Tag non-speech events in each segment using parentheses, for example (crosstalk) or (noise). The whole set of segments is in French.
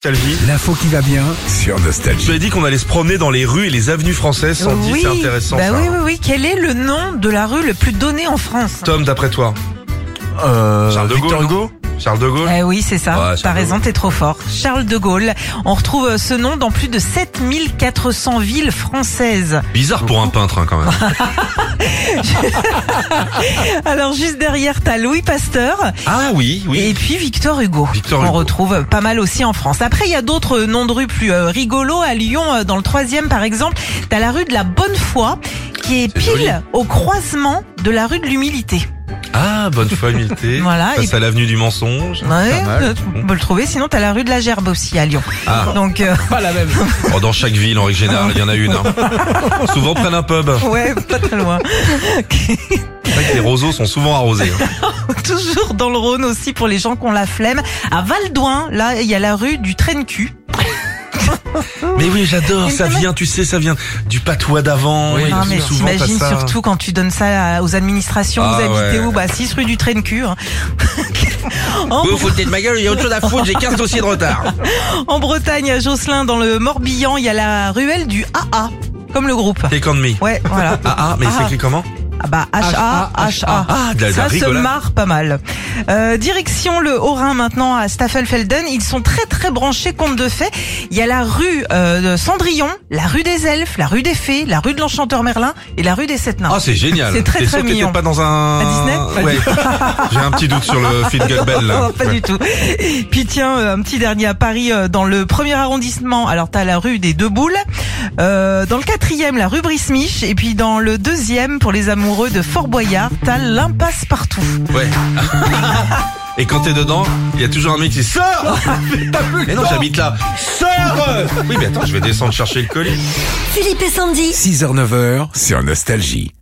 Calvi, L'info qui va bien sur tu Nostalgie. as dit qu'on allait se promener dans les rues et les avenues françaises, Sandy, oui, c'est intéressant bah ça. hein. oui, oui, oui. Quel est le nom de la rue le plus donné en France Tom, d'après toi Charles de Gaulle, Victor non Charles de Gaulle Eh oui, c'est ça. Ouais, T'as Charles de raison, t'es trop fort. Charles de Gaulle. On retrouve euh, ce nom dans plus de 7400 villes françaises. Bizarre pour un peintre hein, quand (laughs) même. Alors, juste derrière, t'as Louis Pasteur. ah oui, Et puis Victor Hugo. Victor on Hugo. retrouve pas mal aussi en France. Après, il y a d'autres euh, noms de rues plus euh, rigolos. À Lyon, euh, dans le troisième, par exemple, t'as la rue de la Bonne Foi, qui est C'est pile joli. au croisement de la rue de l'Humilité. Ah, bonne foi, (laughs) humilité. Voilà, Face et- à l'avenue du mensonge. Ouais, mal. euh, on peut le trouver. Sinon, t'as la rue de la Gerbe aussi à Lyon. Ah. Donc, euh, (laughs) Pas la même. Oh, dans chaque ville, en règle générale, il y en a une. (laughs) hein. souvent prennent un pub. ouais, pas très loin. (laughs) C'est vrai que les roseaux sont souvent arrosés. hein. Toujours dans le Rhône aussi pour les gens qui ont la flemme. À Val d'Ouen, là, il y a la rue du train de cul. Mais oui, j'adore. Une Ça semaine. vient, tu sais, ça vient du patois d'avant. Oui, et Non, tout, mais souvent, t'as t'imagines ça. surtout quand tu donnes ça à- aux administrations, Ah, vous habitez ouais. où Bah, 6 rue du train de cul. hein. en, Vous vous foutez de ma gueule, il y a autre chose à foutre, j'ai 15 dossiers de retard. en Bretagne, à Josselin, dans le Morbihan, il y a la ruelle du AA, comme le groupe. Take on me. Ouais, voilà. (laughs) Ah, ah, mais Ah. c'est écrit comment Ah bah, H-A, H-A. Ah, de la, de la Ça se rigolade. marre pas mal. Euh, direction le Haut-Rhin maintenant à Staffelfelden. Ils sont très très branchés compte de fait. Il y a la rue euh, de Cendrillon, la rue des Elfes, la rue des Fées, la rue de l'Enchanteur Merlin et la rue des Sept Nains. Ah, c'est génial. C'est très, T'es sûr très que t'étais mignon. pas dans un. À Disney Ouais. (laughs) J'ai un petit doute sur le film Gullbell, là. Oh, pas du tout. (laughs) Puis tiens, euh, un petit dernier à Paris, euh, dans le premier arrondissement. Alors t'as la rue des Deux Boules, euh, dans le quatrième la rue Brismiche, et puis dans le deuxième pour les amoureux de Fort Boyard, t'as l'impasse partout. Ouais. (laughs) Et quand t'es dedans, il y a toujours un mec qui dit Sors (laughs) Mais non, j'habite là. Sors Oui, mais attends, je vais descendre chercher le colis. Philippe et Sandy. 6h, 9h sur Nostalgie.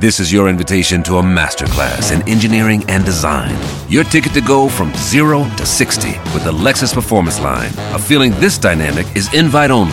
This is your invitation to a masterclass in engineering and design. Your ticket to go from zero to 60 with the Lexus Performance Line. A feeling this dynamic is invite only.